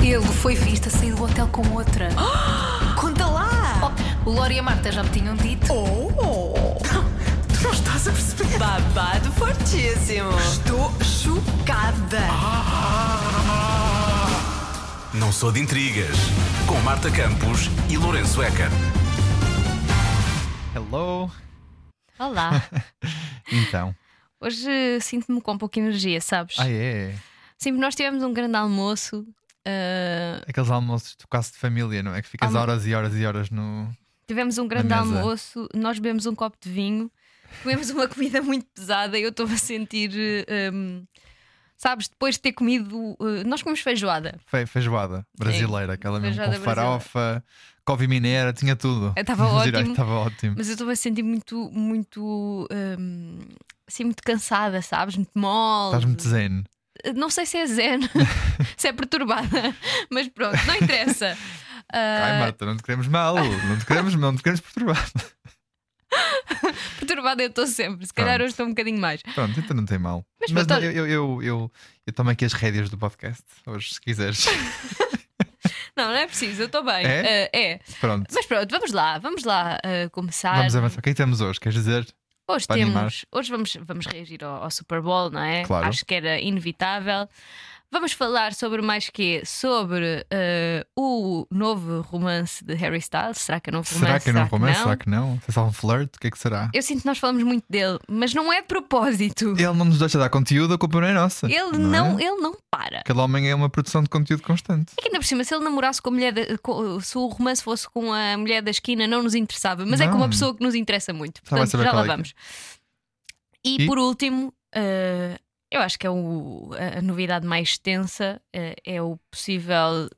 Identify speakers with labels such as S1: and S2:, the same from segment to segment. S1: Ele foi visto a sair do hotel com outra.
S2: Conta lá!
S1: Oh, o Lori e a Marta já me tinham dito.
S2: Oh!
S3: Tu não estás a perceber?
S2: Babado fortíssimo!
S3: Estou chocada.
S4: Não sou de intrigas. Com Marta Campos e Lourenço Eker.
S5: Hello!
S6: Olá,
S5: Então.
S6: hoje eh, sinto-me com pouca energia, sabes?
S5: Ah, é?
S6: Sim, nós tivemos um grande almoço. ah,
S5: Aqueles almoços de quase de família, não é? Que ficas
S6: Almo-
S5: horas e horas e horas no.
S6: tivemos um grande
S5: mesa.
S6: almoço, nós bebemos um copo de vinho, comemos uma comida muito pesada. e Eu estou a sentir, eh, hum, sabes, depois de ter comido. eh, nós comemos feijoada.
S5: fe- Feijoada brasileira, aquela mesmo
S6: feijoada
S5: com farofa, couve mineira, tinha tudo.
S6: Eu tava
S5: Direito,
S6: ótimo.
S5: Estava ótimo.
S6: Mas eu estou a sentir muito, muito. hum, assim, muito cansada, sabes? Muito mole.
S5: Estás muito zen.
S6: Não sei se é zen, se é perturbada, mas pronto, não interessa.
S5: Ai,
S6: Ah,
S5: Marta, não te queremos mal, não te queremos, não te queremos perturbar.
S6: perturbada eu estou sempre, se calhar
S5: Pronto.
S6: hoje estou um bocadinho mais.
S5: Pronto, então não tem mal. Mas,
S6: pronto,
S5: não,
S6: olha-
S5: eu, eu, eu, eu, eu tomo aqui as rédeas do podcast hoje, se quiseres.
S6: Não, não é preciso, eu estou bem.
S5: É?
S6: Ah, é.
S5: Pronto,
S6: Mas pronto, vamos lá, vamos lá ah, começar.
S5: vamos avançar. O que é que temos hoje? Queres dizer?
S6: hoje
S5: para
S6: temos,
S5: animar.
S6: hoje vamos, vamos reagir ao, ao Super Bowl, não é?
S5: Claro.
S6: Acho que era inevitável. Vamos falar sobre mais quê? Sobre ah, o novo romance de Harry Styles. Será que é novo romance?
S5: será que é novo romance? Será que não? Se é só um flirt? O que é que será?
S6: Eu sinto que nós falamos muito dele, mas não é de propósito.
S5: Ele não nos deixa dar conteúdo, a culpa não é nossa.
S6: Ele
S5: é?
S6: não, ele não para.
S5: Aquele homem é uma produção de conteúdo constante.
S6: É que ainda por cima, se ele namorasse com a mulher, da- com- se o romance fosse com a mulher da esquina, não nos interessava, mas é com
S5: Não.
S6: uma pessoa que nos interessa muito.
S5: vai
S6: Portanto,
S5: saber
S6: já lá
S5: qual é que-
S6: vamos. E,
S5: E?
S6: por último, eh, eu acho que é o- a a novidade mais extensa eh, é o possível.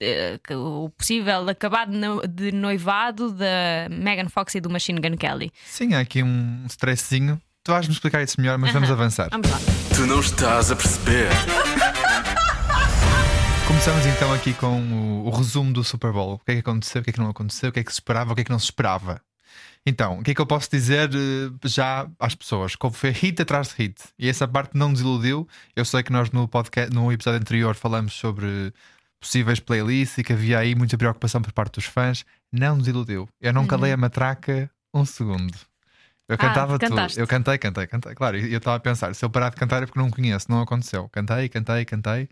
S6: eh, que- O possível acabado de no- de noivado da Megan Fox e do Machine Gun Kelly.
S5: Sim, há aqui um stressinho. Tu vais-me explicar isso melhor, mas vamos avançar.
S6: Vamos lá.
S4: Tu não estás a perceber.
S5: Começamos então aqui com o, o resumo do Super Bowl. O que é que aconteceu, o que é que não aconteceu, o que é que se esperava, o que é que não se esperava. Então, o que é que eu posso dizer eh, já às pessoas? Como foi hit atrás de hit. E essa parte não nos iludiu. Eu sei que nós no podcast, no episódio anterior, falamos sobre possíveis playlists e que havia aí muita preocupação por parte dos fãs. Não nos iludiu. Eu não
S6: Uhum.
S5: calei a matraca um segundo. Eu cantava
S6: Ah, cantaste.
S5: tudo. Eu cantei, cantei, cantei. Claro, e eu estava a pensar, se eu parar de cantar é porque não conheço, não aconteceu. Cantei, cantei, cantei.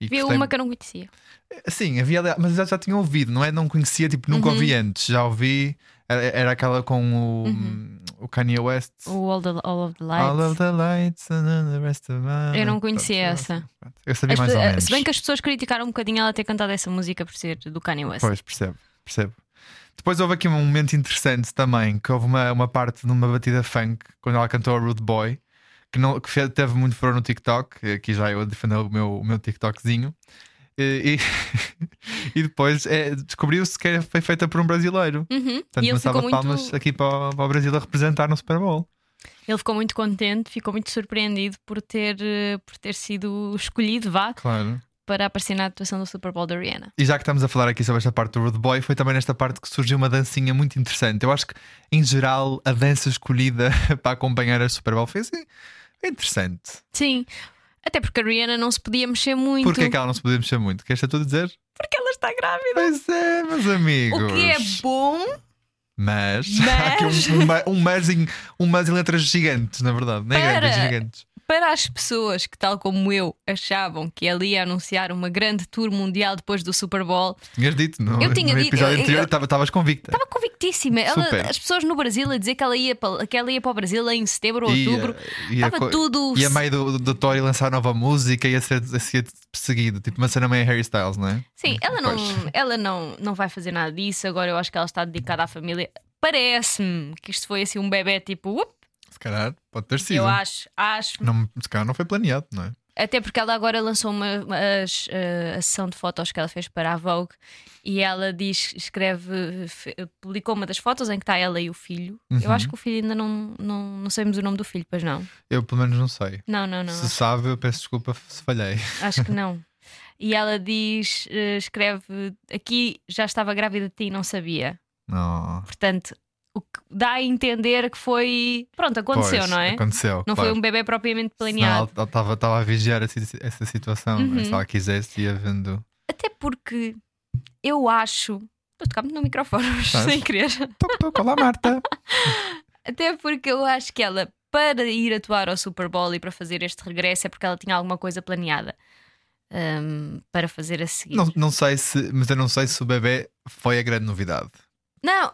S5: E
S6: Viu
S5: gostei
S6: uma que eu não conhecia.
S5: Sim, havia ali- mas eu já tinha ouvido, não é? Não conhecia, tipo, nunca
S6: Uhum.
S5: ouvi antes. Já ouvi, era, era aquela com o, o Kanye West.
S6: Uhum. O All, the- All of the Lights.
S5: All of the lights and all the rest of my...
S6: Eu não conhecia
S5: Pronto,
S6: essa.
S5: pronto. Eu sabia
S6: As
S5: mais
S6: pe-
S5: ou
S6: eh,
S5: menos.
S6: Se bem que as pessoas criticaram um bocadinho ela ter cantado essa música por ser do Kanye West.
S5: Pois, percebo, percebo. Depois houve aqui um momento interessante também, que houve uma, uma parte numa batida funk, quando ela cantou a Rude Boy, que, não, que fe- teve muito furor no TikTok, eh, aqui já eu a defender o meu, o meu TikTokzinho. eh, E, e- e depois eh, descobriu-se que foi feita por um brasileiro.
S6: Uhum.
S5: Portanto,
S6: E ele
S5: lançava
S6: ficou, muito,
S5: palmas aqui para o, para o Brasil a representar no Super Bowl.
S6: ele ficou muito contente, ficou muito surpreendido por ter, eh, por ter sido escolhido, vá,
S5: Claro.
S6: para aparecer na atuação do Super Bowl da Rihanna.
S5: E já que estamos a falar aqui sobre esta parte do Rude Boy, foi também nesta parte que surgiu uma dancinha muito interessante. Eu acho que, em geral, a dança escolhida para acompanhar a Super Bowl foi assim, é interessante.
S6: Sim, até porque a Rihanna não se podia mexer muito
S5: Porquê é que ela não se podia mexer muito? Queres tu dizer?
S6: porque ela está grávida.
S5: Pois é, meus amigos.
S6: O que é bom,
S5: Mas,
S6: Mas-
S5: há aqui um, um, ma- um mas em, um mas em letras gigantes, na verdade. Nem
S6: Para.
S5: grandes, gigantes.
S6: para as pessoas que, tal como eu, achavam que ela ia anunciar uma grande tour mundial depois do Super Bowl,
S5: Tinhas dito no,
S6: Eu tinha
S5: no
S6: dito,
S5: episódio
S6: eu- eu-
S5: anterior, tava- estavas convicta.
S6: Estava convictíssima. Ela-
S5: Super.
S6: as pessoas no Brasil a dizer que ela ia para, que ela ia para o Brasil em setembro ou
S5: Ia-
S6: outubro.
S5: ia
S6: Estava
S5: co-
S6: tudo.
S5: eh, E a meio do, do Tory lançar nova música ia ser, ia ser perseguido, tipo uma cena meio Harry Styles, não é?
S6: Sim, ela, não,
S5: Pois.
S6: ela não, não vai fazer nada disso. Agora eu acho que ela está dedicada à família. Parece-me que isto foi assim um bebê tipo. up,
S5: Se calhar pode ter sido.
S6: eu acho, acho.
S5: Não, se calhar não foi planeado, não é?
S6: Até porque ela agora lançou uma, uma- as, eh, a sessão de fotos que ela fez para a Vogue e ela diz, escreve, f- publicou uma das fotos em que está ela e o filho. Eu
S5: Uhum.
S6: acho que o filho ainda não, não, não sabemos o nome do filho, pois não.
S5: Eu pelo menos não sei.
S6: Não, não, não.
S5: Se sabe, eu peço desculpa se falhei.
S6: Acho que não. E ela diz, eh, escreve aqui já estava grávida de ti e não sabia.
S5: Não.
S6: Portanto, o que dá a entender que foi. Pronto, aconteceu,
S5: Pois,
S6: não é?
S5: Aconteceu.
S6: Não foi um bebê propriamente planeado.
S5: Estava a vigiar essa, essa situação.
S6: Uhum.
S5: Se ela quisesse, ia vendo.
S6: Até porque eu acho. Estou a tocar muito no microfone hoje,
S5: Estás?
S6: sem querer.
S5: Toc, toc, olá, Marta.
S6: Até porque eu acho que ela, para ir atuar ao Super Bowl e para fazer este regresso, é porque ela tinha alguma coisa planeada hum, para fazer a seguir.
S5: não, não sei se, mas eu não sei se o bebê foi a grande novidade.
S6: Não,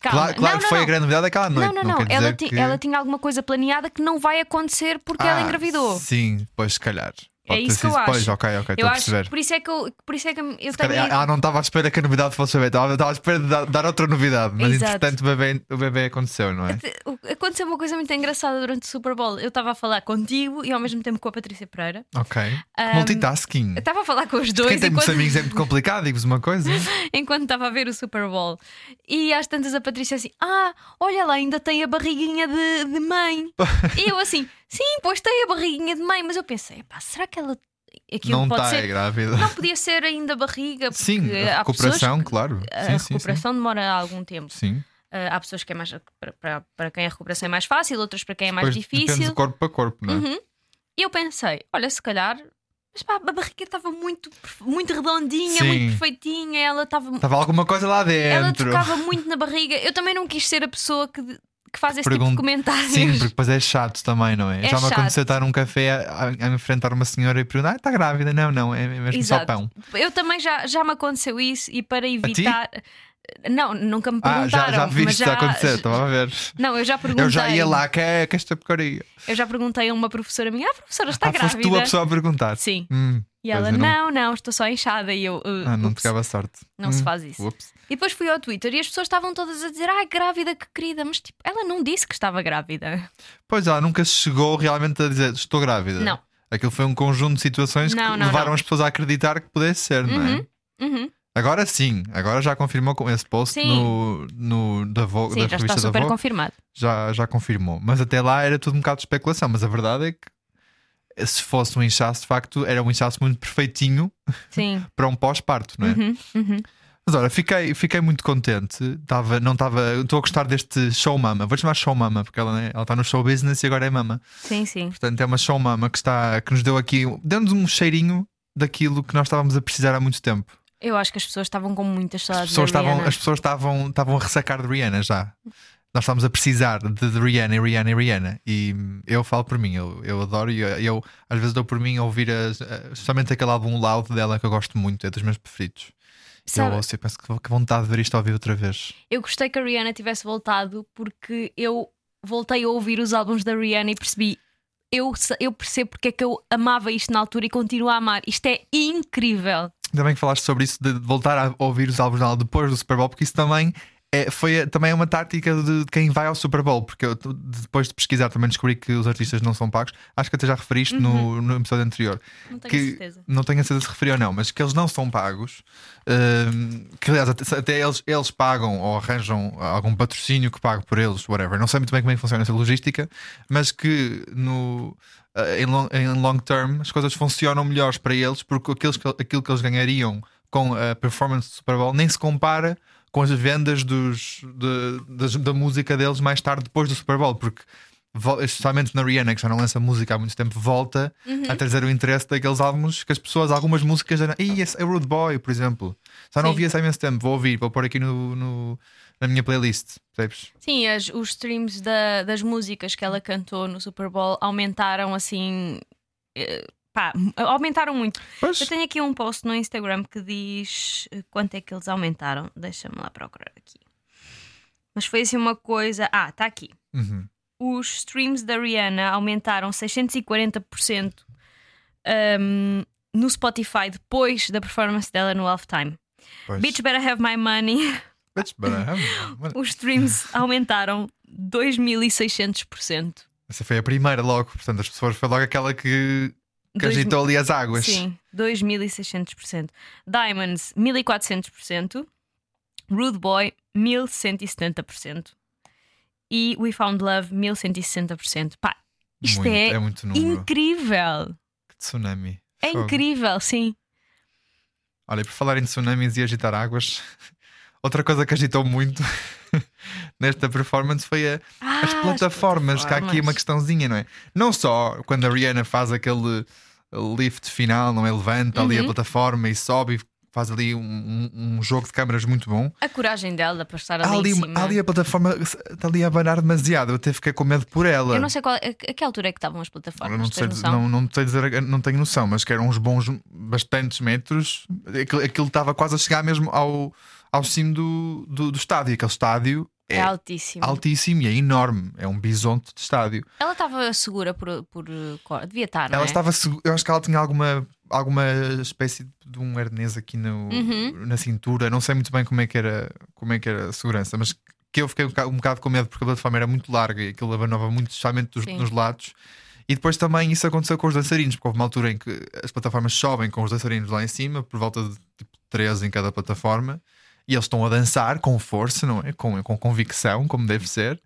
S6: calma.
S5: Claro, claro
S6: não,
S5: que
S6: não,
S5: foi
S6: não.
S5: a grande novidade daquela noite.
S6: Não, não,
S5: não
S6: não.
S5: quer
S6: Ela,
S5: dizer
S6: ti-
S5: que-
S6: ela tinha alguma coisa planeada que não vai acontecer porque ela
S5: Ah,
S6: engravidou.
S5: Sim, pois se calhar.
S6: É
S5: Pode ter
S6: isso que eu
S5: sido-
S6: acho.
S5: Pois, ok, ok,
S6: eu
S5: estou a
S6: acho
S5: perceber.
S6: que por isso é que eu, por isso é que eu tenho.
S5: Se calhar
S6: ido-
S5: ela, ela não estava à espera que a novidade fosse o bebê, estava, estava à espera de dar, dar outra novidade, mas
S6: Exato.
S5: entretanto o bebê, o bebê aconteceu, não é?
S6: Te- o- Aconteceu uma coisa muito engraçada durante o Super Bowl. Eu estava a falar contigo e ao mesmo tempo com a Patrícia Pereira.
S5: Ok. Multitasking.
S6: Eu estava a falar com os
S5: Quem
S6: dois
S5: tem muitos
S6: enquanto
S5: amigos é muito complicado, digo-vos uma coisa.
S6: enquanto estava a ver o Super Bowl. E às tantas a Patrícia assim: Ah, olha lá, ainda tem a barriguinha de, de mãe. e eu assim: Sim, pois tem a barriguinha de mãe. Mas eu pensei: pá, será que ela. Aquilo
S5: não
S6: pode
S5: está
S6: ser.
S5: grávida.
S6: Não podia ser ainda barriga, porque
S5: Sim, a
S6: há
S5: recuperação,
S6: pessoas que- eh,
S5: claro.
S6: A
S5: Sim, sim, sim.
S6: recuperação demora algum tempo.
S5: Sim.
S6: Ah, há pessoas que é mais para, para, para quem a recuperação é mais fácil, outras para quem é mais
S5: Pois Depende
S6: difícil.
S5: de corpo para corpo, não é?
S6: Uhum. E eu pensei, olha, se calhar. Mas pá, a barriga estava muito, perfe- muito redondinha,
S5: Sim.
S6: muito perfeitinha, ela estava.
S5: Estava alguma coisa lá
S6: Ela
S5: dentro.
S6: tocava muito na barriga. Eu também não quis ser a pessoa que, que faz esse tipo
S5: Pergunto-
S6: de comentários.
S5: Sim, porque depois é chato também, não é?
S6: É
S5: Já me
S6: chato.
S5: aconteceu estar num café a, a me enfrentar uma senhora e perguntar: ah, está grávida? Não, não, é mesmo só
S6: Exato.
S5: pão.
S6: Eu também já, já me aconteceu isso e para evitar. Não, nunca me
S5: Ah,
S6: perguntaram.
S5: já, já vi
S6: mas
S5: isto
S6: já,
S5: acontecer, estava a ver.
S6: Não, eu já perguntei.
S5: Eu já ia lá, que é que esta porcaria.
S6: Eu já perguntei a uma professora minha: Ah, professora, está
S5: ah,
S6: grávida?
S5: foste tu a pessoa a perguntar.
S6: Sim.
S5: Hum,
S6: E
S5: Pois
S6: ela:
S5: eu não-
S6: não... não, estou só inchada. E eu: "Uh,
S5: ah, não
S6: ups,
S5: pegava sorte.
S6: não se
S5: Hum,
S6: faz isso.
S5: Ups.
S6: E depois fui ao Twitter e as pessoas estavam todas a dizer: Ah, grávida, que querida, mas tipo, ela não disse que estava grávida.
S5: Pois ela nunca chegou realmente a dizer estou grávida.
S6: Não.
S5: Aquilo foi um conjunto de situações
S6: Não,
S5: que
S6: não,
S5: levaram
S6: não.
S5: as pessoas a acreditar que pudesse ser, não é?
S6: Uhum.
S5: Agora sim, agora já confirmou com esse post
S6: Sim.
S5: no, no, da, Vogue,
S6: Sim,
S5: da
S6: já
S5: revista
S6: está
S5: da
S6: super
S5: Vogue,
S6: confirmado.
S5: já, já confirmou. Mas até lá era tudo um bocado de especulação. Mas a verdade é que se fosse um inchaço, de facto, era um inchaço muito perfeitinho
S6: Sim.
S5: para um pós-parto, não é?
S6: Uhum, uhum.
S5: Mas olha, fiquei, fiquei muito contente. Tava, não tava, estou a gostar deste show mama. Vou chamar show mama, porque ela está no show business e agora é mama.
S6: Sim, sim.
S5: Portanto, é uma show mama que, está, que nos deu aqui, deu-nos um cheirinho daquilo que nós estávamos a precisar há muito tempo.
S6: Eu acho que as pessoas estavam com muitas
S5: As
S6: saudades.
S5: pessoas,
S6: da
S5: estavam,
S6: Rihanna.
S5: as pessoas estavam, estavam a ressacar de Rihanna já. Nós estávamos a precisar de, de Rihanna e Rihanna e Rihanna. E hum, eu falo por mim, eu, eu adoro e eu, eu às vezes dou por mim a ouvir as, a- especialmente aquele álbum Loud dela que eu gosto muito, é dos meus preferidos.
S6: Sabe,
S5: Eu ouço e penso que, que vontade de ver isto ao vivo outra vez.
S6: eu gostei que a Rihanna tivesse voltado porque eu voltei a ouvir os álbuns da Rihanna e percebi. Eu, se- eu percebo porque é que eu amava isto na altura e continuo a amar. Isto é incrível.
S5: Ainda bem que falaste sobre isso de voltar a ouvir os álbuns dela depois do Super Bowl, porque isso também é, foi a- também é uma tática de, de quem vai ao Super Bowl, porque eu, t- depois de pesquisar também descobri que os artistas não são pagos. Acho que até já referiste no, no episódio anterior.
S6: Uhum. Não tenho
S5: que
S6: certeza.
S5: Não tenho a certeza se referi ou não, mas que eles não são pagos, hum, que aliás até, até eles, eles pagam ou arranjam algum patrocínio que pague por eles, whatever. Não sei muito bem como é que funciona essa logística, mas que no, eh, em, long, em long term as coisas funcionam melhores para eles porque aqueles que- aquilo que eles ganhariam com a performance do Super Bowl nem se compara com as vendas dos, de- das- da música deles mais tarde depois do Super Bowl, porque vol- especialmente na Rihanna, que já não lança música há muito tempo, volta
S6: Uhum.
S5: a trazer o interesse daqueles álbuns que as pessoas, algumas músicas já não. Ih, esse é Rude Boy, por exemplo. Já não
S6: Sim.
S5: ouvi esse há imenso tempo, vou ouvir, vou pôr aqui no, no- na minha playlist. Percebes?
S6: Sim, as- os streams da- das músicas que ela cantou no Super Bowl aumentaram assim. eh, pá, m- aumentaram muito.
S5: Pois.
S6: Eu tenho aqui um post no Instagram que diz eh, quanto é que eles aumentaram. Deixa-me lá procurar aqui. Mas foi assim uma coisa. Ah, está aqui.
S5: Uhum.
S6: Os streams da Rihanna aumentaram 640% ahm, um, no Spotify depois da performance dela no halftime.
S5: Pois.
S6: Bitch Better Have My Money.
S5: Bitch, but I have- what-
S6: Os streams aumentaram 2600%.
S5: Essa foi a primeira logo, portanto, as pessoas foi logo aquela que, que
S6: Dois
S5: agitou ali as águas.
S6: Sim, 2600%. Diamonds, 1400%. Rude Boy, 1170%. E We Found Love, 1160%. Pá, isto
S5: muito,
S6: é,
S5: muito número.
S6: incrível!
S5: Que tsunami.
S6: É
S5: Fogo.
S6: incrível, sim.
S5: Olha, e por falar em tsunamis e agitar águas, outra coisa que agitou muito nesta performance foi a-
S6: Ah,
S5: as plataformas, que há aqui uma
S6: plataformas.
S5: questãozinha, não é? Não só quando a Rihanna faz aquele lift final, não é? Levanta ali
S6: Uhum.
S5: a plataforma e sobe e faz ali um, um- um jogo de câmaras muito bom.
S6: A coragem dela para estar ali,
S5: Há ali,
S6: em cima.
S5: há ali a plataforma está ali a abanar demasiado. Eu até fiquei com medo por ela.
S6: Eu não sei qual, a, a que altura é que estavam as
S5: Agora
S6: plataformas.
S5: não,
S6: tens
S5: sei,
S6: noção?
S5: não, não sei dizer, não tenho noção, mas que eram uns bons, bastantes metros. Aquilo, aquilo estava quase a chegar mesmo ao, ao cimo do, do, do estádio. Aquele estádio
S6: é,
S5: é
S6: altíssimo.
S5: altíssimo e é enorme. É um bisonte de estádio.
S6: Ela estava segura por, por eh, cor- devia estar, não
S5: Ela
S6: é?
S5: estava, segu- eu acho que ela tinha alguma, alguma espécie de um arnês aqui no,
S6: Uhum.
S5: na cintura. Não sei muito bem como é que era, como é que era a segurança, mas que eu fiquei um bocado, um bocado com medo porque a plataforma era muito larga e aquilo abanava muito, especialmente dos,
S6: Sim.
S5: nos lados. E depois também isso aconteceu com os dançarinos, porque houve uma altura em que as plataformas sobem com os dançarinos lá em cima, por volta de tipo 13 em cada plataforma, e eles estão a dançar com força, não é? Com, com convicção, como deve ser,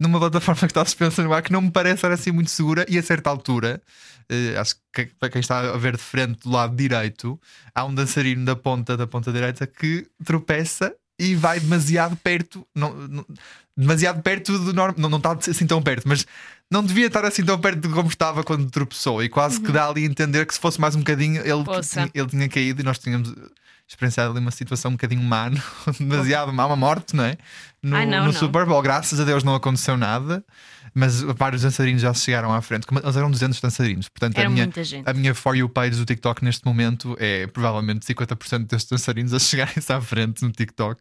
S5: numa plataforma que está suspensa no ar, que não me parece ser assim muito segura, e a certa altura, eh, acho que para quem está a ver de frente do lado direito, há um dançarino da ponta da ponta direita que tropeça e vai demasiado perto, não- não- demasiado perto do normal, não, não está assim tão perto, mas não devia estar assim tão perto de como estava quando tropeçou, e quase que dá ali a entender que se fosse mais um bocadinho, ele,
S6: Poça.
S5: tinha, ele tinha caído e nós tínhamos experienciado ali uma situação um bocadinho má, não- demasiado má, uma morte, não é? No,
S6: Ai, Ah, não,
S5: no
S6: não.
S5: Super Bowl, graças a Deus não aconteceu nada, mas vários dançarinos já chegaram à frente, como- eles eram 200 dançarinos, portanto
S6: Era
S5: a minha,
S6: muita gente.
S5: a minha For You page do TikTok neste momento é provavelmente 50% destes dançarinos a chegarem-se à frente no TikTok.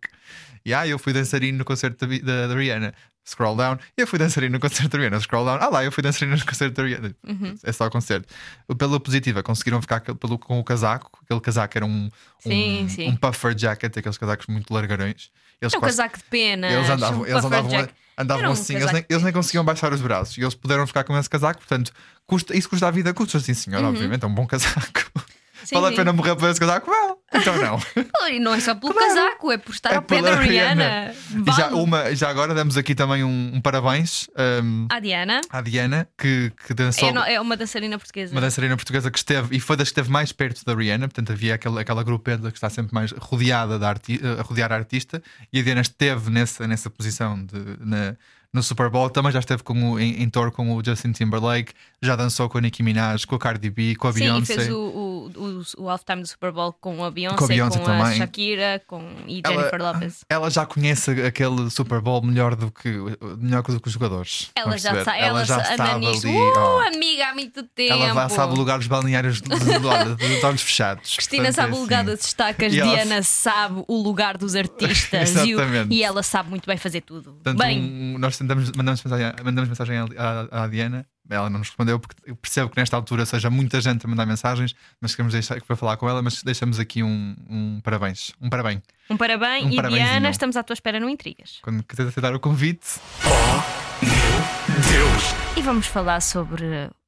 S5: E ah, eu fui dançarino no concerto da, Bi- da- da Rihanna, scroll down. Eu fui dançarino no concerto da Rihanna, scroll down. Ah lá, eu fui dançarino no concerto da Rihanna.
S6: Uhum.
S5: É só o concerto. Pela positiva, conseguiram ficar com- pelo- com o casaco. Aquele casaco era um,
S6: Sim,
S5: um,
S6: sim.
S5: um puffer jacket, aqueles casacos muito largarões. Eles
S6: É um
S5: quase-
S6: casaco de pena.
S5: eles andavam, eles andavam, andavam
S6: Era um
S5: assim, eles nem,
S6: casaco
S5: eles nem conseguiam baixar os braços e eles puderam ficar com esse casaco. Portanto, custa- isso custa a vida, custa sim, senhor,
S6: Uhum.
S5: obviamente. É um bom casaco. vale a pena morrer por esse casaco? Well, então não.
S6: E não é só pelo casaco, é por estar
S5: É
S6: ao pé
S5: pela
S6: da Rihanna.
S5: Rihanna. E já,
S6: Vale.
S5: uma, já agora damos aqui também um, um parabéns hum,
S6: A Diana
S5: à Diana, que, que dançou.
S6: é, no- é uma dançarina portuguesa.
S5: Uma dançarina portuguesa que esteve e foi das que esteve mais perto da Rihanna, portanto havia aquela, aquela grupeta que está sempre mais rodeada da arti a rodear a artista, e a Diana esteve nessa, nessa posição de, na- no Super Bowl, também já esteve com o, em, em tour com o Justin Timberlake, já dançou com a Nicki Minaj, com a Cardi B, com a
S6: Sim, e
S5: Beyoncé.
S6: fez o, o, o, o halftime do Super Bowl com a Beyoncé,
S5: Com a Beyoncé
S6: a
S5: também.
S6: Shakira com, e
S5: Ela-
S6: Jennifer Lopez.
S5: Ela já conhece aquele Super Bowl melhor do que, melhor do que os jogadores.
S6: Ela
S5: Ah, vamos
S6: já,
S5: perceber.
S6: sa- ela já anda nisso.
S5: ó.
S6: Uh, amiga, há muito tempo.
S5: Ela vai- sabe o lugar dos balneários de, de- de- de olhos fechados.
S6: Cristina
S5: portanto,
S6: sabe
S5: é
S6: o lugar
S5: assim.
S6: das estacas,
S5: E ela-
S6: Diana sabe o lugar dos artistas e, o-
S5: Exatamente.
S6: e ela sabe muito bem fazer tudo.
S5: Portanto,
S6: bem,
S5: um- nós tentamos, mandamos mensagem, mandamos mensagem à, à- à Diana, ela não nos respondeu, porque eu percebo que nesta altura seja muita gente a mandar mensagens, mas queremos deixar para falar com ela, mas deixamos aqui um, um parabéns. Um parabéns.
S6: um parabéns
S5: um
S6: e
S5: parabenzinho.
S6: Diana, estamos à tua espera no Intrigas.
S5: Quando quiser aceitar o convite,
S4: Deus!
S6: E vamos falar sobre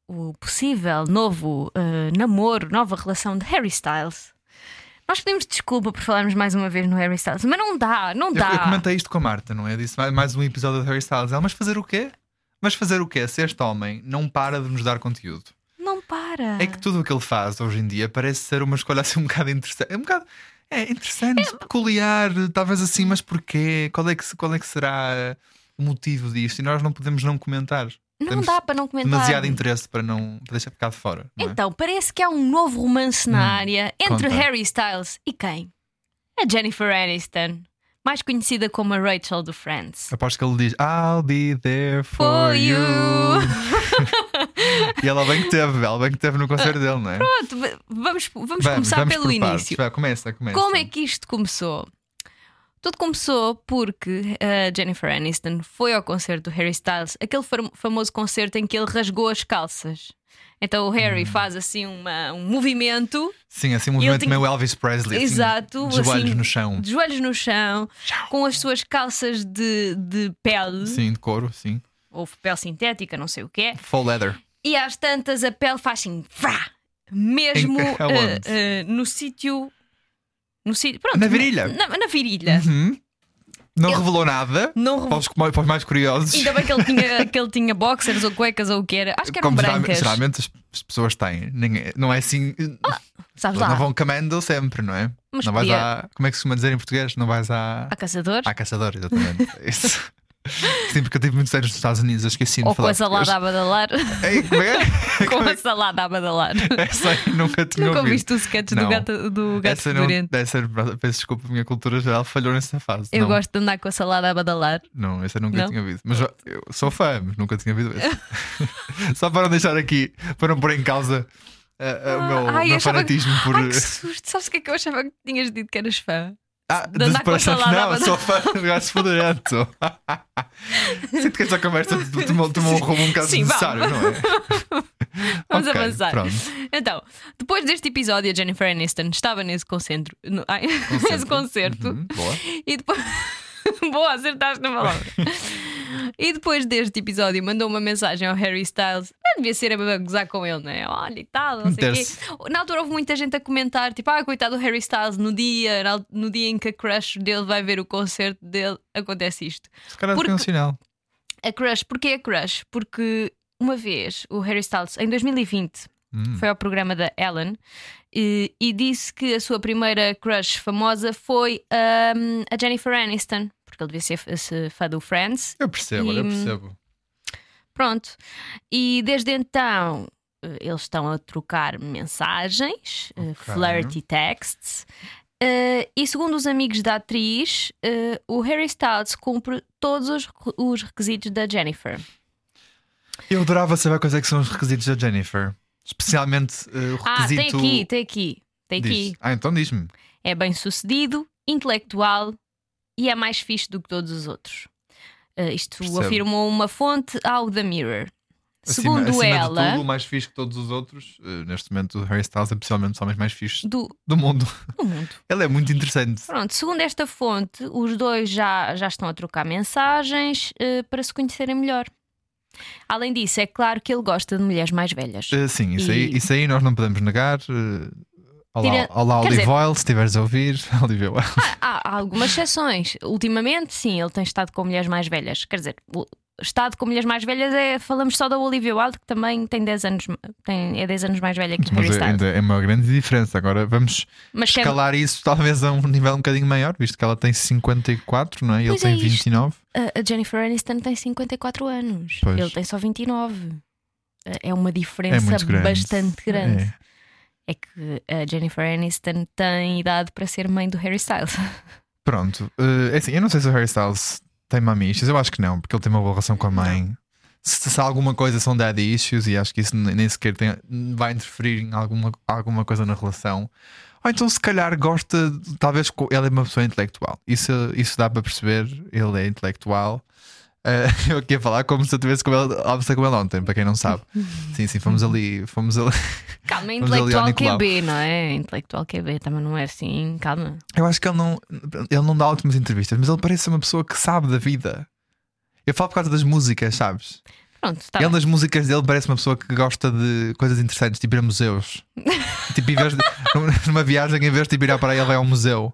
S6: o possível novo eh, namoro, nova relação de Harry Styles. Nós pedimos desculpa por falarmos mais uma vez no Harry Styles, mas não dá, não
S5: eu,
S6: dá.
S5: eu comentei isto com a Marta, não é? Disse "Vai- mais um episódio de Harry Styles. Ela, mas fazer o quê? Mas fazer o quê? Se este homem não para de nos dar conteúdo.
S6: Não para.
S5: É que tudo o que ele faz hoje em dia parece ser uma escolha assim um bocado interessante. É um bocado. É interessante, peculiar, talvez assim, mas porquê? Qual é que, se- qual é que será o motivo disto? E nós não podemos não comentar.
S6: não
S5: Temos
S6: dá para não comentar.
S5: Demasiado interesse para não para deixar ficar de fora. não é? Hum,
S6: Então, parece que há um novo romance na área entre
S5: conta.
S6: Harry Styles e quem? A Jennifer Aniston, mais conhecida como a Rachel do Friends.
S5: Aposto que ele diz I'll be there for,
S6: For you.
S5: you. e ela bem que teve, ela bem que teve no concerto dele, não é?
S6: Pronto, v- vamos, vamos
S5: Vamos-
S6: começar
S5: vamos
S6: pelo
S5: por partes.
S6: início.
S5: Vai, começa, começa.
S6: Como é que isto começou? Tudo começou porque a Jennifer Aniston foi ao concerto do Harry Styles, aquele fam- famoso concerto em que ele rasgou as calças. Então o
S5: Hum.
S6: Harry faz assim uma- um movimento
S5: Sim, assim um movimento
S6: tinha-
S5: meio Elvis Presley. assim,
S6: Exato,
S5: de joelhos
S6: assim,
S5: no chão.
S6: de joelhos no chão, com as suas calças de, de pele,
S5: Sim, de couro, sim.
S6: ou pele sintética, não sei o que é,
S5: Full leather.
S6: e às tantas a pele faz assim, frá, mesmo
S5: Em-
S6: eh,
S5: aonde?
S6: eh, no sítio. No sítio pronto,
S5: Na virilha.
S6: Na, na virilha.
S5: Hum? Não
S6: Ele-
S5: revelou nada.
S6: Não
S5: Para
S6: revelou.
S5: os, que- para os mais curiosos.
S6: Ainda bem que ele, tinha, que ele tinha boxers ou cuecas ou o que era. Acho que eram
S5: Como geralme-
S6: brancas.
S5: geralmente as, as pessoas têm. Ninguém- não é assim.
S6: Sabes
S5: não
S6: lá,
S5: vão camando sempre, não é?
S6: Mas
S5: não vais
S6: podia-
S5: à. Como é que se costuma dizer em português? Não vais à.
S6: a caçador.
S5: À caçador, exatamente. Isso. Sim, porque eu tive muitos anos nos Estados Unidos, eu esqueci
S6: Ou
S5: de
S6: com a
S5: falar.
S6: salada a badalar.
S5: Ei, como é?
S6: com a salada a badalar.
S5: Essa aí nunca tinha
S6: Nunca
S5: ouvido.
S6: ouviste o sketch do
S5: Não.
S6: gato, do gato
S5: Essa não,
S6: fedorento.
S5: essa, peço desculpa, a minha cultura geral falhou nessa fase.
S6: Eu
S5: não,
S6: gosto de andar com a salada a badalar.
S5: Não, essa eu nunca
S6: Não?
S5: tinha ouvido. Mas eu- eu sou fã, mas nunca tinha ouvido essa. Só para não deixar aqui, para não pôr em causa ah, ah, o meu,
S6: Ai,
S5: o meu
S6: achava que-
S5: fanatismo por.
S6: Ai que susto! Sabes o que é que eu achava que tinhas dito que eras fã?
S5: Ah,
S6: de andar com a
S5: separação-
S6: salada
S5: Não,
S6: a
S5: sou fã do gato fedorento. Sinto que esta conversa tomou, tomou um rumo um bocado
S6: Sim, vá.
S5: desnecessário, não é?
S6: Vamos
S5: Ok,
S6: avançar.
S5: Pronto.
S6: Então, depois deste episódio, a Jennifer Aniston estava nesse concerto. no- ai, nesse concerto.
S5: Uhum, boa.
S6: E depois. Boa, acertaste na palavra. e depois deste episódio, mandou uma mensagem ao Harry Styles. Ah, devia ser a gozar com ele, não é? Olha e tal, não sei o quê.
S5: Deve-se.
S6: Na altura houve muita gente a comentar, tipo, ah, coitado do Harry Styles, no dia, na al- no dia em que a crush dele vai ver o concerto dele, acontece isto.
S5: Se calhar
S6: Porque-
S5: foi um sinal.
S6: A crush, porquê a crush? Porque uma vez o Harry Styles, em 2020,
S5: Hum.
S6: foi ao programa da Ellen e, e disse que a sua primeira crush famosa foi hum, a Jennifer Aniston, porque ele devia ser f- se- fã do Friends.
S5: Eu percebo, olha, eu
S6: E-
S5: percebo.
S6: Pronto. E desde então eh, eles estão a trocar mensagens, eh,
S5: Ok.
S6: flirty texts. Eh, e segundo os amigos da atriz, eh, o Harry Styles cumpre todos os, requ- os requisitos da Jennifer.
S5: Eu adorava saber quais é que são os requisitos da Jennifer. Especialmente eh, o
S6: Ah,
S5: requisito.
S6: tem aqui, tem aqui, tem aqui.
S5: diz. Ah, então diz-me.
S6: é bem sucedido, intelectual e é mais fixe do que todos os outros. Uh, isto
S5: Percebo.
S6: afirmou uma fonte ao The Mirror.
S5: Acima-
S6: Segundo
S5: acima,
S6: ela,
S5: de tudo, o mais fixe que todos os outros. eh, neste momento, o Harry Styles é possivelmente os homens mais fixes
S6: do,
S5: do mundo.
S6: do mundo.
S5: Ele é muito interessante.
S6: Pronto, segundo esta fonte, os dois já, já estão a trocar mensagens uh, para se conhecerem melhor. Além disso, é claro que ele gosta de mulheres mais velhas.
S5: Eh, sim, isso,
S6: E-
S5: aí, isso aí nós não podemos negar. eh, olá,
S6: Tira-
S5: olá
S6: quer
S5: Olive
S6: dizer-
S5: Oil, se estiveres a ouvir. Olive Oil.
S6: Ah, há, há algumas exceções. Ultimamente, sim, ele tem estado com mulheres mais velhas. Quer dizer, o estado com mulheres mais velhas é. Falamos só da Olivia Wilde, que também tem 10 anos, tem, é 10 anos mais velha que o
S5: Mas
S6: Harry
S5: é-
S6: Styles.
S5: ainda é uma grande diferença. Agora vamos
S6: Mas que é-
S5: escalar isso talvez a um nível um bocadinho maior, visto que ela tem 54, não é? Ele
S6: Pois é
S5: tem
S6: isto.
S5: 29.
S6: a- a Jennifer Aniston tem 54 anos.
S5: Pois.
S6: Ele tem só 29. É- É uma diferença
S5: muito grande.
S6: bastante grande.
S5: É.
S6: É. que a Jennifer Aniston tem idade para ser mãe do Harry Styles.
S5: Pronto, eh, é assim, eu não sei se o Harry Styles tem mami issues, eu acho que não, porque ele tem uma boa relação com a mãe. Se, se alguma coisa são daddy issues e acho que isso nem nem sequer tem- vai interferir em alguma, alguma coisa na relação. Ou então se calhar gosta, de- talvez co- ele é uma pessoa intelectual. Isso, isso dá para perceber, ele é intelectual. Eh, eu aqui a falar como se eu tivesse com ele, almoçado com ele ontem, para quem não sabe. Sim, sim, fomos ali, fomos ali.
S6: Calma, é
S5: Vamos ali ao
S6: intelectual
S5: Nicolau.
S6: QB, não é? Intelectual QB, também não é assim. Calma.
S5: Eu acho que ele não, ele não dá ótimas entrevistas, mas ele parece uma pessoa que sabe da vida. Eu falo por causa das músicas, sabes?
S6: Pronto, tá está
S5: ele nas músicas dele parece uma pessoa que gosta de coisas interessantes, tipo ir a museus. tipo, em vez de, numa viagem, em vez de tipo, ir à praia, ele vai ao museu.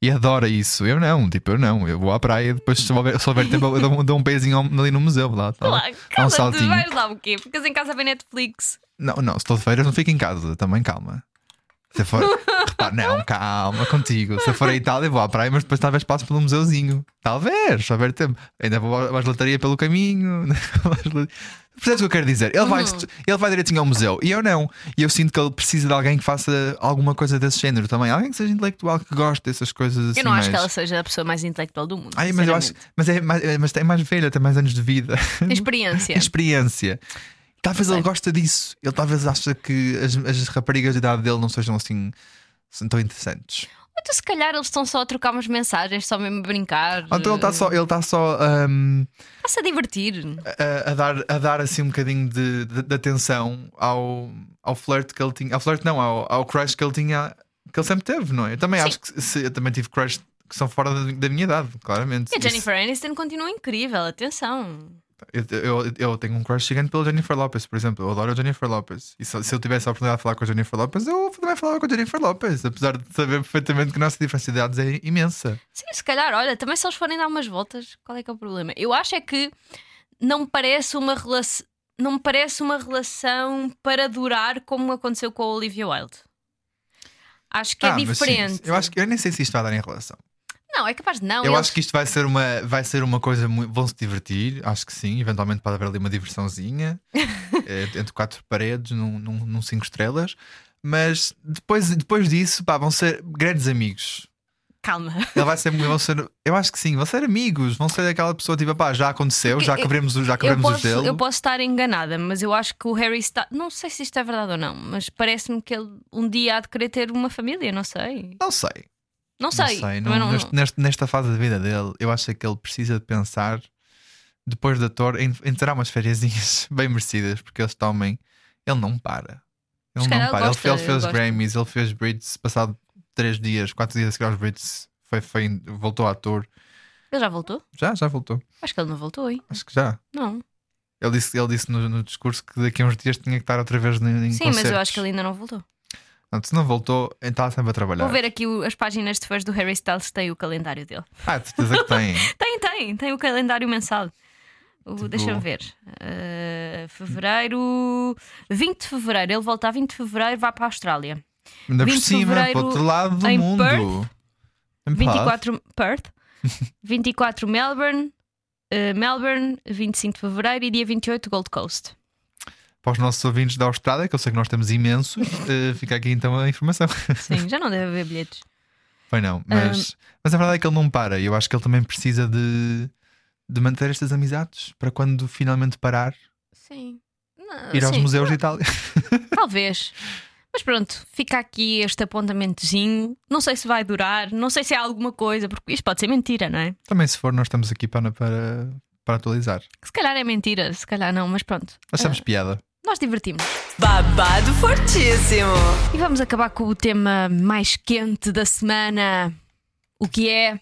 S5: E adora isso. Eu não, tipo, eu não. Eu vou à praia e depois, se houver, se houver tempo, eu dou, um- dou um pezinho ao- ali no museu. Lá, tá?
S6: Lá,
S5: Dá um
S6: cala-te,
S5: saltinho.
S6: vais lá o quê? Ficas em casa a ver Netflix.
S5: Não, não, se estou de feiras, não fico em casa, também calma. Se for. Repara, não, calma contigo. Se for a Itália, vou à praia, mas depois talvez passe pelo museuzinho. Talvez, se houver tempo. Ainda vou à à gelataria pelo caminho. Percebes o que eu quero dizer? Ele vai,
S6: Uhum.
S5: ele vai direitinho ao museu e eu não. E eu sinto que ele precisa de alguém que faça alguma coisa desse género também. Alguém que seja intelectual, que goste dessas coisas assim.
S6: eu não acho
S5: mais-
S6: que ela seja a pessoa mais intelectual do mundo.
S5: Ai, mas eu acho.
S6: sinceramente.
S5: Mas é mais, é- mas é mais velha, tem mais anos de vida.
S6: Tem Experiência.
S5: A experiência. Talvez ele gosta disso. Ele talvez acha que as, as raparigas da idade dele não sejam assim assim tão interessantes.
S6: Então, se calhar, eles estão só a trocar umas mensagens, só mesmo a brincar.
S5: Ou Então ele está só, ele tá só hum,
S6: Está-se a divertir.
S5: a, a dar, a dar assim um bocadinho de, de- de atenção ao, ao flirt que ele tinha. Ao flirt não, ao, ao crush que ele tinha, que ele sempre teve, não é? Eu também acho que se- eu também tive crush que são fora da, da minha idade, claramente.
S6: E a Jennifer Aniston continua incrível, atenção.
S5: Isso- eu, eu, eu tenho um crush gigante pela Jennifer Lopez, por exemplo. Eu adoro a Jennifer Lopez. E se, se eu tivesse a oportunidade de falar com a Jennifer Lopez, eu também falava com a Jennifer Lopez, apesar de saber perfeitamente que a nossa diferença de idades é imensa.
S6: Sim, se calhar, olha, também se eles forem dar umas voltas, qual é que é o problema? Eu acho é que não me parece uma relação. Não me parece uma relação para durar como aconteceu com a Olivia Wilde. Acho que é
S5: Ah, mas sim,
S6: diferente.
S5: eu acho que eu nem sei se isto vai dar em relação.
S6: Não, é capaz de não.
S5: Eu
S6: eles-
S5: acho que isto vai ser uma, vai ser uma coisa muito. Vão se divertir, acho que sim. Eventualmente pode haver ali uma diversãozinha eh, entre quatro paredes, num, num, num cinco estrelas. Mas depois, depois disso, pá, vão ser grandes amigos.
S6: Calma.
S5: Ele vai ser, vão ser, eu acho que sim, vão ser amigos, vão ser aquela pessoa tipo, pá, já aconteceu,
S6: Porque
S5: já
S6: eu-
S5: quebremos, o- já
S6: Eu
S5: quebremos o
S6: posso,
S5: gelo.
S6: eu posso estar enganada, mas eu acho que o Harry está. Não sei se isto é verdade ou não, mas parece-me que ele um dia há de querer ter uma família, não sei.
S5: Não sei,
S6: Não sei.
S5: não sei.
S6: também
S5: não- neste- neste- nesta fase da vida dele, eu acho é que ele precisa de pensar, depois da torre, em, em tirar umas férias bem merecidas, porque este homem, ele não para. Ele
S6: Se
S5: não
S6: calhar ele
S5: para. Ele,
S6: gosta,
S5: ele
S6: ele
S5: fez
S6: gosta.
S5: Grammys, ele fez Brits, passado três dias, quatro dias a seguir aos Brits, foi, foi, voltou à tour.
S6: Ele já voltou?
S5: Já, já voltou.
S6: Acho que ele não voltou, hein?
S5: Acho que já.
S6: Não.
S5: Ele disse, ele disse no, no discurso que daqui a uns dias tinha que estar outra vez em, em
S6: Sim, mas eu acho que ele ainda não voltou.
S5: Portanto, se não voltou, ele está sempre a trabalhar.
S6: Vou ver aqui o- as páginas de fãs do Harry Styles, tem o calendário dele.
S5: Ah, de certeza que tem.
S6: Tem, tem, tem o calendário mensal. O-
S5: Tipo-
S6: Deixa-me ver. Ah, fevereiro. 20 de fevereiro. Ele volta a 20 de fevereiro, vai para a Austrália.
S5: Ainda por
S6: 20 de
S5: cima, para
S6: fevereiro
S5: o outro lado do
S6: em
S5: mundo.
S6: Perth.
S5: Em Perth.
S6: 24 Perth, 24 Melbourne, eh, Melbourne, 25 de Fevereiro e dia 28 Gold Coast.
S5: Para os nossos ouvintes da Austrália, que eu sei que nós temos imensos, eh, fica aqui então a informação.
S6: Sim, já não deve haver bilhetes.
S5: Foi não, mas, mas a verdade é que ele não para. e Eu acho que ele também precisa de, de manter estas amizades para quando finalmente parar,
S6: Ah, Sim.
S5: ir aos museus de Itália.
S6: Talvez. Mas pronto, fica aqui este apontamentozinho. Não sei se vai durar, não sei se é alguma coisa, porque isto pode ser mentira, não é?
S5: também, se for, nós estamos aqui para, para, para atualizar.
S6: Se calhar é mentira, se calhar não, mas pronto.
S5: Achamos piada.
S6: Nós divertimos.
S2: Babado fortíssimo.
S6: E vamos acabar com o tema mais quente da semana, o que é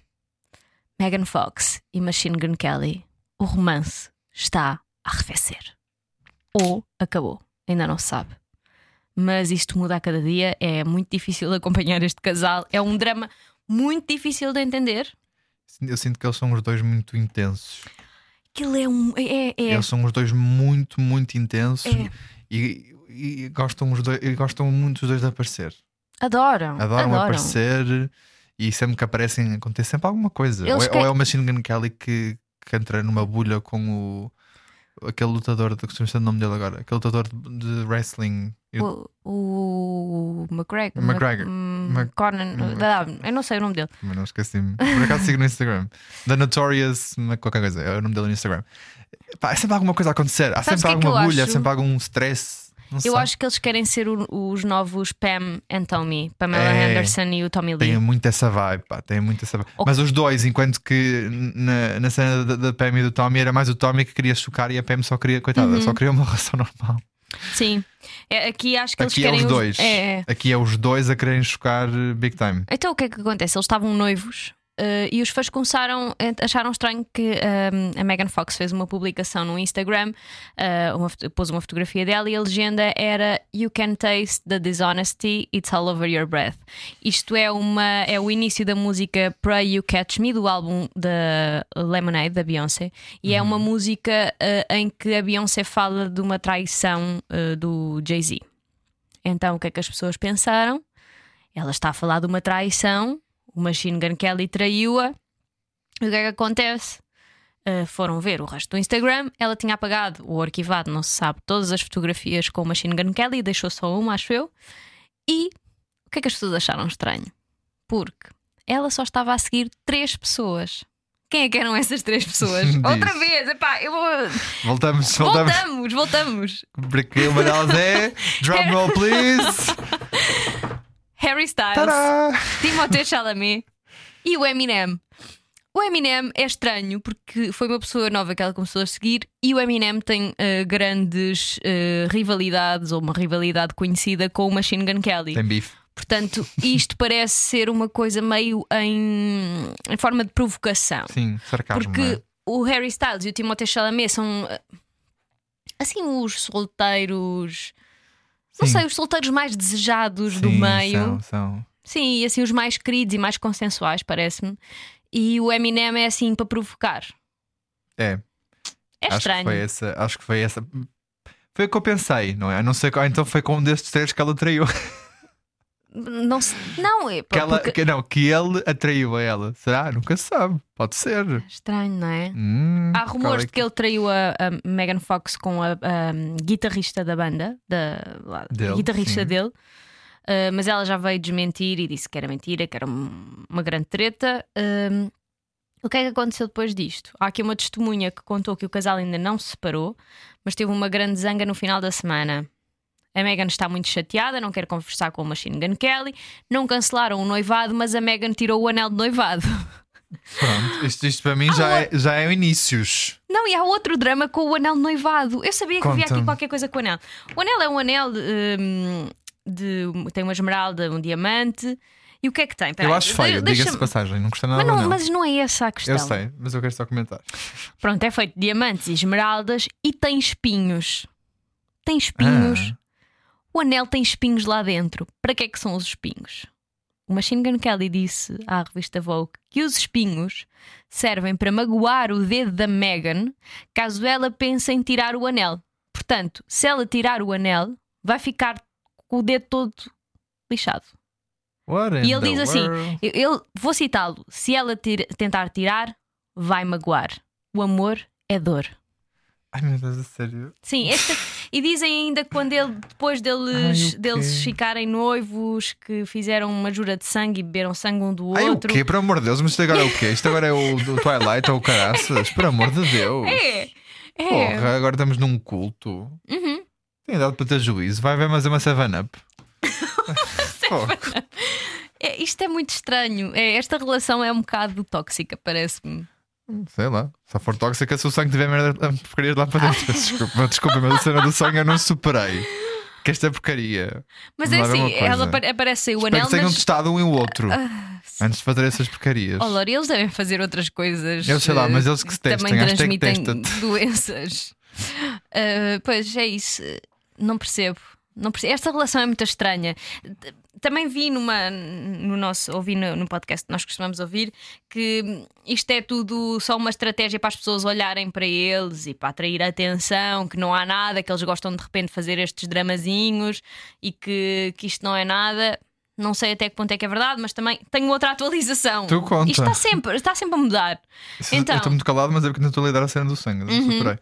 S6: Megan Fox e Machine Gun Kelly. O romance está a arrefecer. Ou acabou, ainda não se sabe. Mas isto muda a cada dia, é muito difícil acompanhar este casal, é um drama muito difícil de entender.
S5: Eu sinto que eles são os dois muito intensos.
S6: Aquilo é um. É, é-
S5: Eles são os dois muito, muito intensos
S6: É.
S5: e, e gostam os dois, e gostam muito os dois de aparecer.
S6: Adoram.
S5: Adoram, aparecer e sempre que aparecem acontece sempre alguma coisa. Ou
S6: Eles
S5: é,
S6: que-
S5: ou é o Machine Gun Kelly que, que entra numa bolha com o aquele lutador, que estou o nome dele agora, aquele lutador de, de wrestling. Eu-
S6: O, o McGregor.
S5: McGregor.
S6: Mc-
S5: Mc-
S6: Conan. Eu não sei o nome dele.
S5: Mas não esqueci-me. Por acaso sigo no Instagram. The Notorious, qualquer coisa, é o nome dele no Instagram. Pá, é sempre alguma coisa a acontecer. Há sempre
S6: Sabes o que é que
S5: alguma
S6: eu
S5: bolha,
S6: acho?
S5: sempre algum stress. Não
S6: Eu
S5: sei.
S6: acho que eles querem ser o- os novos Pam and Tommy, Pamela
S5: É.
S6: Henderson e o Tommy Lee.
S5: Tem um- muito essa vibe, pá, tem muito essa vibe.
S6: Ok.
S5: Mas os dois, enquanto que na, na cena da, da Pam e do Tommy era mais o Tommy que queria chocar e a Pam só queria, coitada, só
S6: Uhum.
S5: queria uma relação normal.
S6: Sim. É, aqui acho que eles
S5: Aqui é
S6: querem.
S5: os dois.
S6: É, é.
S5: Aqui é os dois a quererem chocar eh, big time.
S6: Então o que é que acontece? Eles estavam noivos. eh, e os fãs começaram, acharam estranho que eh, a Megan Fox fez uma publicação no Instagram, eh, uma foto- pôs uma fotografia dela e a legenda era You can taste the dishonesty, it's all over your breath. Isto é, uma, é o início da música Pray You Catch Me do álbum da Lemonade, da Beyoncé, e é uma música eh, em que a Beyoncé fala de uma traição eh, do Jay-Z. Então o que é que as pessoas pensaram? Ela está a falar de uma traição, o Machine Gun Kelly traiu-a. E o que é que acontece? Uh, foram ver o resto do Instagram, ela tinha apagado ou arquivado, não se sabe, todas as fotografias com o Machine Gun Kelly, deixou só uma, acho eu. E o que é que as pessoas acharam estranho? Porque ela só estava a seguir três pessoas. Quem é que eram essas três pessoas?
S5: Diz.
S6: Outra vez, epá, eu vou.
S5: Voltamos, voltamos.
S6: Voltamos, voltamos.
S5: Porque uma delas é Drum roll, please.
S6: Harry Styles.
S5: Tadá!
S6: Timothée Chalamet e o Eminem. O Eminem é estranho porque foi uma pessoa nova que ela começou a seguir e o Eminem tem eh, grandes eh, rivalidades ou uma rivalidade conhecida com o Machine Gun Kelly.
S5: Tem bife.
S6: Portanto, isto parece ser uma coisa meio em, em forma de provocação.
S5: Sim, sarcasmo.
S6: Porque
S5: não é?
S6: o Harry Styles e o Timothée Chalamet são eh, assim os solteiros. Não
S5: Sim.
S6: sei, os solteiros mais desejados do
S5: Sim,
S6: meio.
S5: São, são.
S6: Sim, e assim os mais queridos e mais consensuais, parece-me. E o Eminem é assim para provocar.
S5: É,
S6: É
S5: acho
S6: estranho.
S5: que foi essa. Acho que foi essa. Foi o que eu pensei, não é? A não ser que- ah, então foi com um destes três que ela traiu.
S6: Não, se- não é.
S5: Que, ela,
S6: porque-
S5: que- não, que ele atraiu a ela. Será? Nunca se sabe. Pode ser.
S6: Estranho, não é?
S5: Hum,
S6: Há
S5: qual
S6: rumores
S5: é
S6: de que ele traiu a, a Megan Fox com a, a guitarrista da banda, da lá,
S5: Dele,
S6: guitarrista
S5: sim.
S6: dele, Uh, mas ela já veio desmentir e disse que era mentira, que era um- uma grande treta. Um, o que é que aconteceu depois disto? Há aqui uma testemunha que contou que o casal ainda não se separou, mas teve uma grande zanga no final da semana. A Megan está muito chateada, não quer conversar com o Machine Gun Kelly, não cancelaram o noivado, mas a Megan tirou o anel de noivado.
S5: Pronto, isto, isto para mim já é, já é o inícios.
S6: Não, e há outro drama com o anel noivado. Eu sabia que havia aqui
S5: Conta-me.
S6: qualquer coisa com o anel. O anel é um anel hum, de. tem uma esmeralda, um diamante. E o que é que tem? Peraí,
S5: eu acho
S6: de-
S5: feio,
S6: deixa-me-
S5: diga-se de passagem, não custa nada.
S6: Mas não,
S5: não.
S6: mas não é essa a questão.
S5: Eu sei, mas eu quero só comentar.
S6: Pronto, é feito de diamantes e esmeraldas e tem espinhos. Tem espinhos. O anel tem espinhos lá dentro. Para que é que são os espinhos? O Machine Gun Kelly disse à revista Vogue que os espinhos servem para magoar o dedo da Meghan caso ela pense em tirar o anel. Portanto, se ela tirar o anel, vai ficar com o dedo todo lixado.
S5: What in
S6: E ele
S5: the
S6: diz assim:
S5: world?
S6: eu, eu vou citá-lo. Se ela tira- tentar tirar, vai magoar. O amor é dor.
S5: Ai meu Deus, a sério.
S6: Sim, esta- e dizem ainda que quando ele, depois deles,
S5: Ai, o quê?
S6: deles ficarem noivos, que fizeram uma jura de sangue e beberam sangue um do
S5: Ai, o
S6: outro.
S5: quê? Pelo amor de Deus, mas isto agora é o quê? Isto agora é o, do Twilight ou o Caraças? Por amor de Deus.
S6: É, é.
S5: Porra, agora estamos num culto.
S6: Uhum.
S5: Tem idade para ter juízo. Vai ver mais uma 7-up.
S6: É, Isto é muito estranho. É, esta relação é um bocado tóxica, parece-me.
S5: Sei lá. Se for tóxica, se o sangue tiver merda, a porcaria de lá para dentro. Peço Desculpa, desculpa, mas a cena do sangue eu não superei. Que esta é porcaria.
S6: Mas
S5: Vamos lá
S6: é
S5: ver
S6: assim,
S5: uma coisa.
S6: ela apare- aparece aí o
S5: Espero
S6: anel,
S5: que tenham
S6: mas.
S5: testado um e o outro antes de fazer essas porcarias.
S6: Ah, Oh, Lore, eles devem fazer outras coisas.
S5: Eu sei lá, mas
S6: eh,
S5: eles que se
S6: também
S5: testem, hashtag
S6: transmitem
S5: testa-te.
S6: doenças. Ah, pois é isso. Não percebo. Não perce- Esta relação é muito estranha. T- Também vi numa no nosso, ouvi no, no podcast que nós costumamos ouvir que isto é tudo só uma estratégia para as pessoas olharem para eles e para atrair atenção, que não há nada, que eles gostam de repente de fazer estes dramazinhos e que, que isto não é nada. Não sei até que ponto é que é verdade, mas também tenho outra atualização.
S5: Tu conta.
S6: Isto está sempre, está sempre a mudar.
S5: Isso-
S6: Então, Uhum.
S5: Eu estou muito calado, mas é porque não estou a lidar a cena do sangue. Não superei.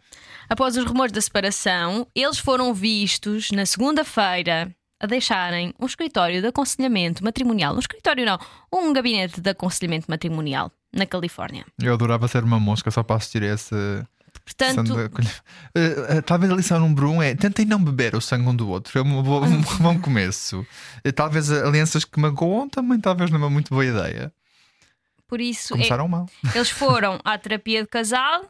S6: Após os rumores da separação, eles foram vistos na segunda-feira a deixarem um escritório de aconselhamento matrimonial. Um escritório não, um gabinete de aconselhamento matrimonial na Califórnia.
S5: Eu adorava ser uma mosca só para assistir a essa.
S6: Portanto,
S5: Sandra Colhe- Eh, eh, talvez a lição número um é tentem não beber o sangue um do outro. É um bom, um bom começo. Eh, Talvez alianças que magoam também, talvez não é uma muito boa ideia.
S6: por isso, é-
S5: Começaram mal.
S6: eles foram à terapia de casal.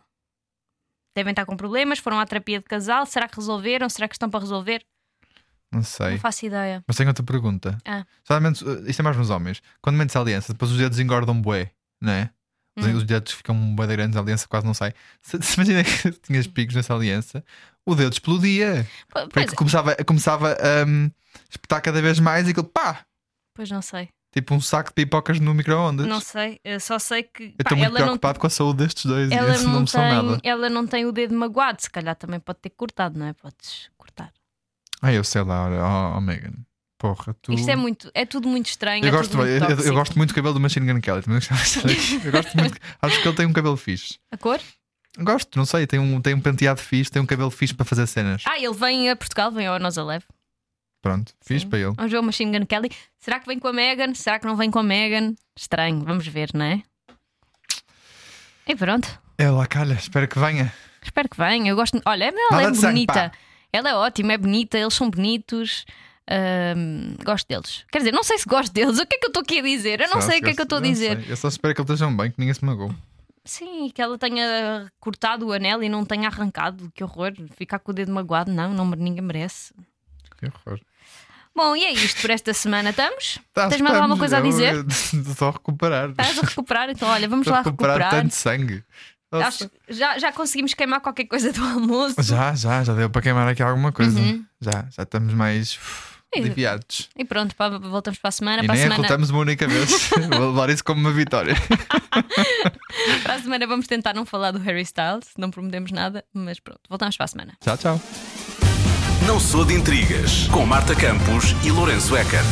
S6: Devem estar com problemas, foram à terapia de casal. Será que resolveram? Será que estão para resolver?
S5: Não
S6: Não
S5: sei.
S6: faço ideia.
S5: Mas tenho outra pergunta.
S6: Ah.
S5: Geralmente, eh, isto é mais nos homens. Quando metes a aliança, depois os dedos engordam bué, não é? Os-
S6: Hum.
S5: Os dedos ficam bué de grandes, a aliança quase não sai. Se, se imagina que tinhas picos nessa aliança, o dedo explodia.
S6: Po- Pois, é.
S5: Porque começava, começava a hum, espetar cada vez mais e aquilo pá!
S6: pois não sei.
S5: Tipo um saco de pipocas no micro-ondas.
S6: Não sei. Eu só sei que.
S5: Eu
S6: pá,
S5: estou muito
S6: ela não
S5: preocupado com a saúde destes dois e
S6: ela
S5: esse não,
S6: não,
S5: me são
S6: tem,
S5: nada.
S6: ela não tem o dedo magoado, se calhar também pode ter cortado, não é? Podes cortar.
S5: Ah, eu sei lá, olha, oh, oh, Megan. Porra, tu.
S6: Isto é muito, é tudo muito estranho.
S5: eu,
S6: é
S5: gosto,
S6: tudo muito
S5: eu- eu,
S6: tóxico.
S5: gosto muito do cabelo do Machine Gun Kelly. Também gostava de saber. eu gosto muito. Acho que ele tem um cabelo fixe.
S6: A cor?
S5: Gosto, não sei. Tem um, tem um penteado fixe, tem um cabelo fixe para fazer cenas.
S6: Ah, ele vem a Portugal, vem ao Nos Leve.
S5: Pronto, fixe para ele.
S6: Vamos ver o Machine Gun Kelly. Será que vem com a Megan? Será que não vem com a Megan? Estranho, vamos ver, não é? E pronto,
S5: É lá, calha, espero que venha.
S6: espero que venha. Eu gosto. Olha, ela
S5: Nada
S6: é
S5: de sangue,
S6: bonita.
S5: pá.
S6: ela é ótima, é bonita, eles são bonitos. Ahm, gosto deles. Quer dizer, não sei se gosto deles. O que é que eu estou aqui a dizer? Eu não sei o que é que eu estou a
S5: não
S6: dizer.
S5: sei. Eu só espero que eles estejam bem, que ninguém se magoou.
S6: Sim, que ela tenha cortado o anel e não tenha arrancado. Que horror. Ficar com o dedo magoado, não, não ninguém merece.
S5: Que horror.
S6: Bom, e é isto por esta semana. Estamos?
S5: Tá,
S6: Tens mais alguma
S5: estamos-
S6: coisa a
S5: eu-
S6: dizer?
S5: eu- Só recuperar.
S6: Estás a recuperar? Então, olha, vamos
S5: Só
S6: lá recuperar.
S5: tanto sangue. Nossa.
S6: Acho- já, já conseguimos queimar qualquer coisa do almoço.
S5: Já, já, já deu para queimar aqui alguma coisa.
S6: Uhum.
S5: Já, já estamos mais uf,
S6: E-
S5: aliviados.
S6: E pronto, pá, voltamos para a semana.
S5: E
S6: Para a
S5: nem é
S6: semana,
S5: arrotamos uma única vez. Vou levar isso como uma vitória.
S6: para a semana vamos tentar não falar do Harry Styles. Não prometemos nada, mas pronto, voltamos para a semana.
S5: Tchau, tchau.
S4: Não sou de intrigas com Marta Campos e Lourenço Eker.